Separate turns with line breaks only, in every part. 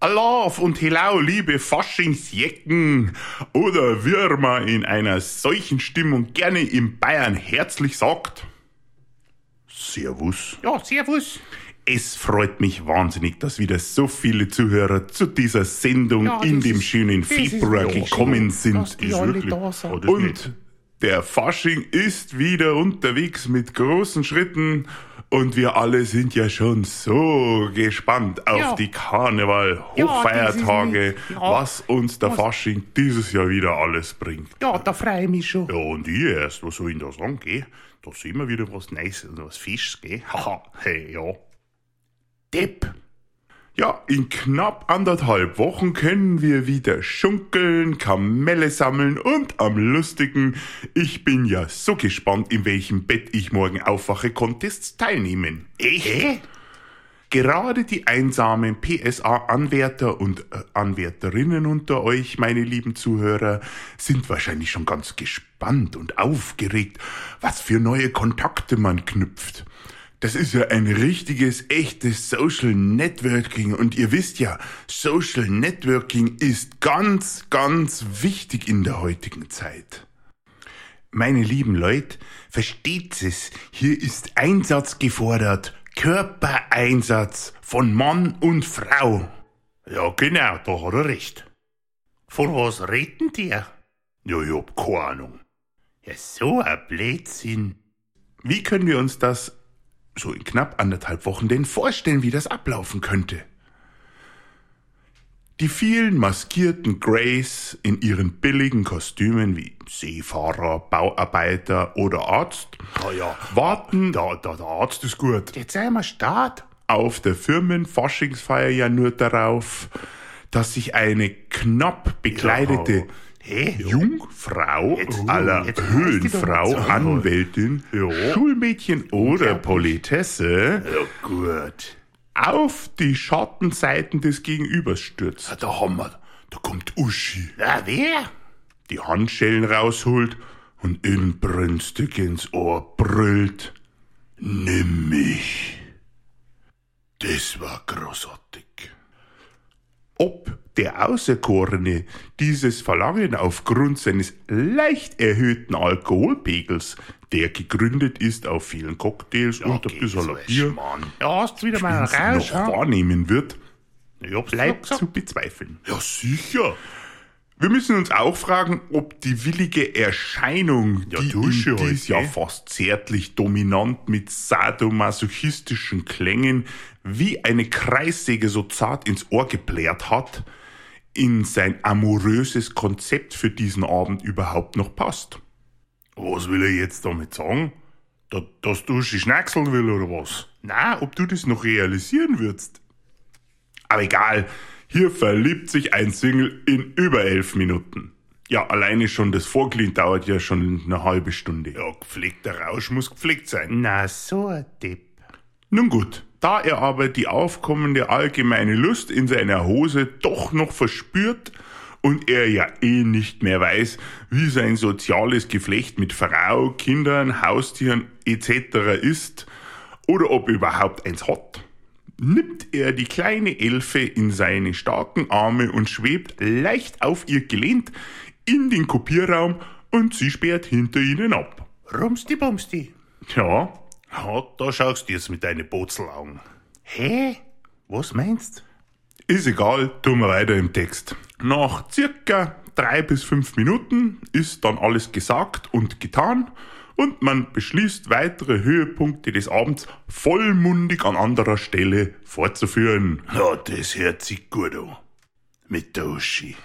Alauf und Helau, liebe Faschingsjecken! Oder wie er man in einer solchen Stimmung gerne in Bayern herzlich sagt. Servus.
Ja, servus.
Es freut mich wahnsinnig, dass wieder so viele Zuhörer zu dieser Sendung
Ja,
in
das
dem
ist-
schönen
das ist
Februar
wirklich
gekommen
schön,
sind.
dass die alle da sind.
Und der Fasching ist wieder unterwegs mit großen Schritten und wir alle sind ja schon so gespannt auf
Ja.
die Karneval-Hochfeiertage,
Ja, das ist nicht- ja.
was uns der Fasching dieses Jahr wieder alles bringt.
Ja, da freue ich mich schon.
Ja, und ich erst, was soll ich denn da sagen, gell? Da sehen wir wieder was Neues und was Fisches, gell? Haha, hey, ja. Depp! Ja, in knapp anderthalb Wochen können wir wieder schunkeln, Kamelle sammeln und am lustigen Ich bin ja so gespannt, in welchem Bett ich morgen aufwache, Contests teilnehmen. Echt? Gerade die einsamen PSA-Anwärter und äh, Anwärterinnen unter euch, meine lieben Zuhörer, sind wahrscheinlich schon ganz gespannt und aufgeregt, was für neue Kontakte man knüpft. Das ist ja ein richtiges, echtes Social Networking und ihr wisst ja, Social Networking ist ganz, ganz wichtig in der heutigen Zeit. Meine lieben Leute, versteht's es, hier ist Einsatz gefordert, Körpereinsatz von Mann und Frau. Ja, genau, da hat er recht. Von was reden die? Ja, ich hab keine Ahnung. Ja, so ein Blödsinn. Wie können wir uns das so in knapp anderthalb Wochen denn vorstellen, wie das ablaufen könnte? Die vielen maskierten Greys in ihren billigen Kostümen wie Seefahrer, Bauarbeiter oder Arzt warten der Arzt ist gut.
Jetzt sind wir Start.
auf der Firmenfaschingsfeier ja nur darauf, dass sich eine knapp bekleidete
Hä?
Jungfrau
Jetzt-
aller
jetzt weiß die doch
Höhlenfrau,
nicht so.
Anwältin, Schulmädchen oder Politesse
Gut.
auf die Schattenseiten des Gegenübers stürzt.
Da haben wir.
Da kommt Uschi.
Na, wer?
die Handschellen rausholt und inbrünstig ins Ohr brüllt. Nimm mich. Das war großartig. Ob der Auserkorene dieses Verlangen aufgrund seines leicht erhöhten Alkoholpegels, der gegründet ist auf vielen Cocktails und ein bisschen Bier,
Ja, hast du wieder mal raus.
noch
Ah,
wahrnehmen wird, bleibt
gesagt.
zu bezweifeln. Ja, sicher. Wir müssen uns auch fragen, ob die willige Erscheinung, die in
Dusche halt,
dies ja
gell?
fast zärtlich dominant mit sadomasochistischen Klängen wie eine Kreissäge so zart ins Ohr geplärt hat, in sein amoröses Konzept für diesen Abend überhaupt noch passt. Was will er jetzt damit sagen? Da, dass du Uschi schnackseln will oder was? Na, ob du das noch realisieren würdest? Aber egal, hier verliebt sich ein Single in über elf Minuten. Ja, alleine schon das Vorglied dauert ja schon eine halbe Stunde. Ja, gepflegter Rausch muss gepflegt sein.
Na, so ein Depp.
Nun gut, da er aber die aufkommende allgemeine Lust in seiner Hose doch noch verspürt und er ja eh nicht mehr weiß, wie sein soziales Geflecht mit Frau, Kindern, Haustieren etc. ist oder ob er überhaupt eins hat, nimmt er die kleine Elfe in seine starken Arme und schwebt leicht auf ihr gelehnt in den Kopierraum und sie sperrt hinter ihnen ab.
Rumsti Bumsti.
Ja. da schaust du jetzt mit deinen Bozelaugen.
Hä? Was meinst
Ist egal, tun wir weiter im Text. Nach circa drei bis fünf Minuten ist dann alles gesagt und getan und man beschließt, weitere Höhepunkte des Abends vollmundig an anderer Stelle fortzuführen.
Ja, das hört sich gut an. Mit der Uschi.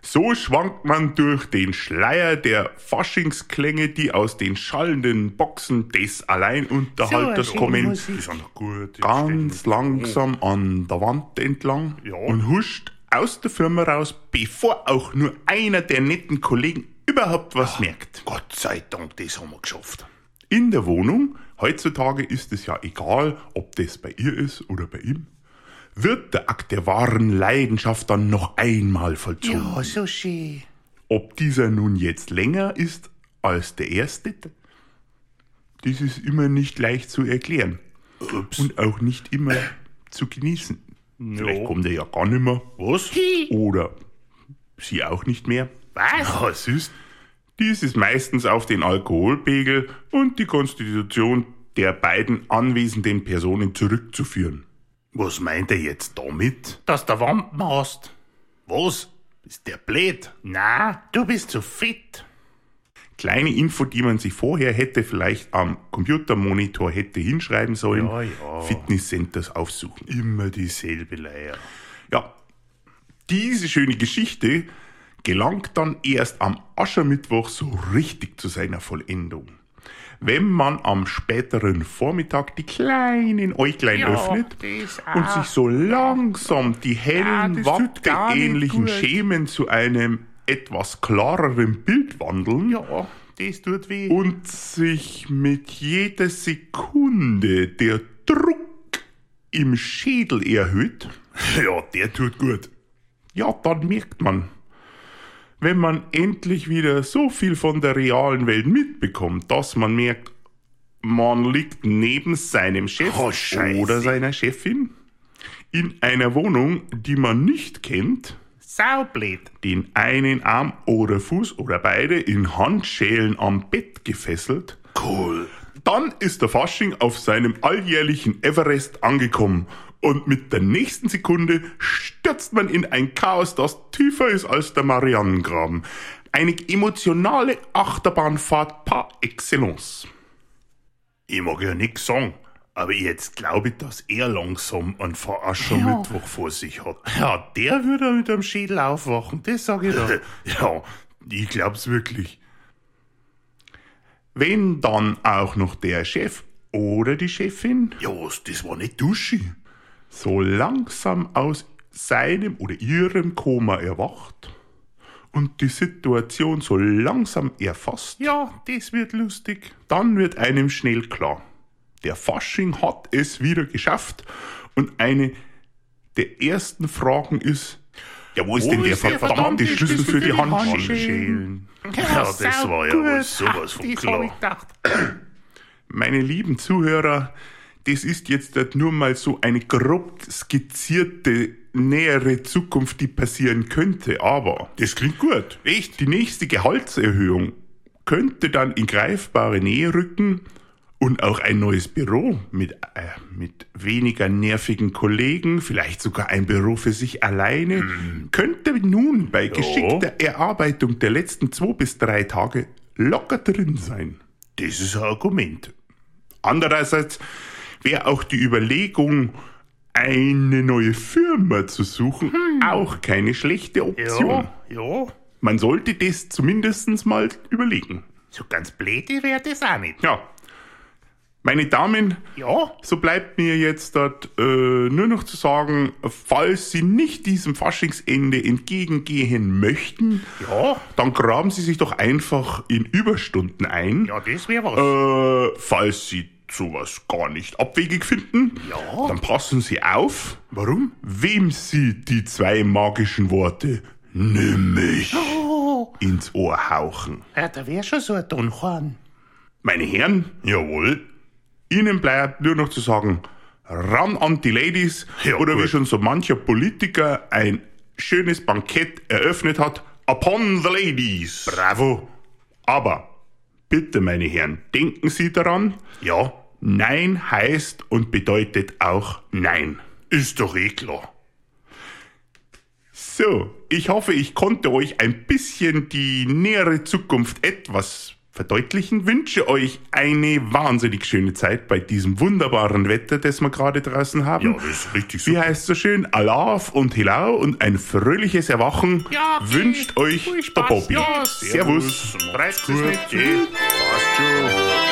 So schwankt man durch den Schleier der Faschingsklänge, die aus den schallenden Boxen des Alleinunterhalters
So, schöne
kommen,
Musik. Die sind
gut, ganz langsam an der Wand entlang und huscht aus der Firma raus, bevor auch nur einer der netten Kollegen überhaupt was merkt.
Gott sei Dank, das haben wir geschafft.
In der Wohnung, heutzutage ist es ja egal, ob das bei ihr ist oder bei ihm, wird der Akt der wahren Leidenschaft dann noch einmal vollzogen.
Ja, so schön.
Ob dieser nun jetzt länger ist als der erste, das ist immer nicht leicht zu erklären. Und auch nicht immer zu genießen. Vielleicht kommt er ja gar nicht mehr.
Was?
Oder sie auch nicht mehr.
Was?
Ah, süß. Dies ist meistens auf den Alkoholpegel und die Konstitution der beiden anwesenden Personen zurückzuführen.
Was meint er jetzt damit?
dass der Wampen hast.
Was? Ist der blöd?
Na, du bist zu fit.
Kleine Info, die man sich vorher hätte vielleicht am Computermonitor hätte hinschreiben sollen.
Ja, ja.
Fitnesscenters aufsuchen.
Immer dieselbe Leier.
Ja, diese schöne Geschichte gelangt dann erst am Aschermittwoch so richtig zu seiner Vollendung. Wenn man am späteren Vormittag die kleinen Äuglein
Ja,
öffnet
das
und
auch.
sich so langsam die hellen,
das tut gar nicht
wappenähnlichen
gut.
Schemen zu einem etwas klareren Bild wandeln,
Ja, das tut weh.
und sich mit jeder Sekunde der Druck im Schädel erhöht,
Ja, der tut gut.
ja, dann merkt man, wenn man endlich wieder so viel von der realen Welt mitbekommt, dass man merkt, man liegt neben seinem Chef
Oh, Scheiße.
oder seiner Chefin in einer Wohnung, die man nicht kennt,
Saublöd.
den einen Arm oder Fuß oder beide in Handschellen am Bett gefesselt
Cool.
Dann ist der Fasching auf seinem alljährlichen Everest angekommen und mit der nächsten Sekunde stürzt man in ein Chaos, das tiefer ist als der Marianengraben. Eine emotionale Achterbahnfahrt par excellence.
Ich mag ja nix sagen, aber jetzt glaube ich, dass er langsam einen Veraschermittwoch vor sich hat.
Ja, der würde mit dem Schädel aufwachen, das sag ich dir.
Ja, ich glaub's wirklich.
Wenn dann auch noch der Chef oder die Chefin
Ja, was, das war nicht Duschi.
so langsam aus seinem oder ihrem Koma erwacht und die Situation so langsam erfasst,
ja, das wird lustig.
Dann wird einem schnell klar, der Fasching hat es wieder geschafft und eine der ersten Fragen ist,
Ja, wo ist
wo
denn der
ist der verdammte Schlüssel für die Handschellen?
Ja, das war ja
saugut.
was- sowas von
Ach, das
klar.
Hab ich gedacht.
Meine lieben Zuhörer, das ist jetzt halt nur mal so eine grob skizzierte nähere Zukunft, die passieren könnte, aber
Das klingt gut.
Echt? Die nächste Gehaltserhöhung könnte dann in greifbare Nähe rücken und auch ein neues Büro mit, äh, mit weniger nervigen Kollegen, vielleicht sogar ein Büro für sich alleine,
Hm.
könnte nun bei geschickter Erarbeitung der letzten zwei bis drei Tage locker drin sein.
Das ist ein Argument.
Andererseits wäre auch die Überlegung, eine neue Firma zu suchen, auch keine schlechte Option.
Ja, ja.
Man sollte das zumindest mal überlegen.
So ganz blöd wäre das auch nicht.
Ja. Meine Damen,
Ja,
so bleibt mir jetzt dort äh, nur noch zu sagen, falls Sie nicht diesem Faschingsende entgegengehen möchten,
ja,
dann graben Sie sich doch einfach in Überstunden ein.
ja, das wäre was.
Äh, falls Sie sowas gar nicht abwegig finden,
Ja.
dann passen Sie auf. Warum? Wem Sie die zwei magischen Worte nimm mich
Oh.
ins Ohr hauchen.
Ja, da wäre schon so ein Donhorn.
Meine Herren,
Jawohl.
Ihnen bleibt nur noch zu sagen, ran an die Ladies
Ja,
oder wie
gut.
schon so mancher Politiker ein schönes Bankett eröffnet hat, upon the ladies. Bravo. Aber bitte, meine Herren, denken Sie daran,
Ja,
Nein heißt und bedeutet auch Nein.
ist doch eh klar.
So, ich hoffe, ich konnte euch ein bisschen die nähere Zukunft etwas verdeutlichen. Wünsche euch eine wahnsinnig schöne Zeit bei diesem wunderbaren Wetter, das wir gerade draußen haben.
Ja, das ist richtig
Wie
so.
heißt so schön? Alaf und Hilau und ein fröhliches Erwachen
Ja,
wünscht euch
viel
der
Spaß,
Bobby.
ja,
Servus.
Macht's gut. Passt schon.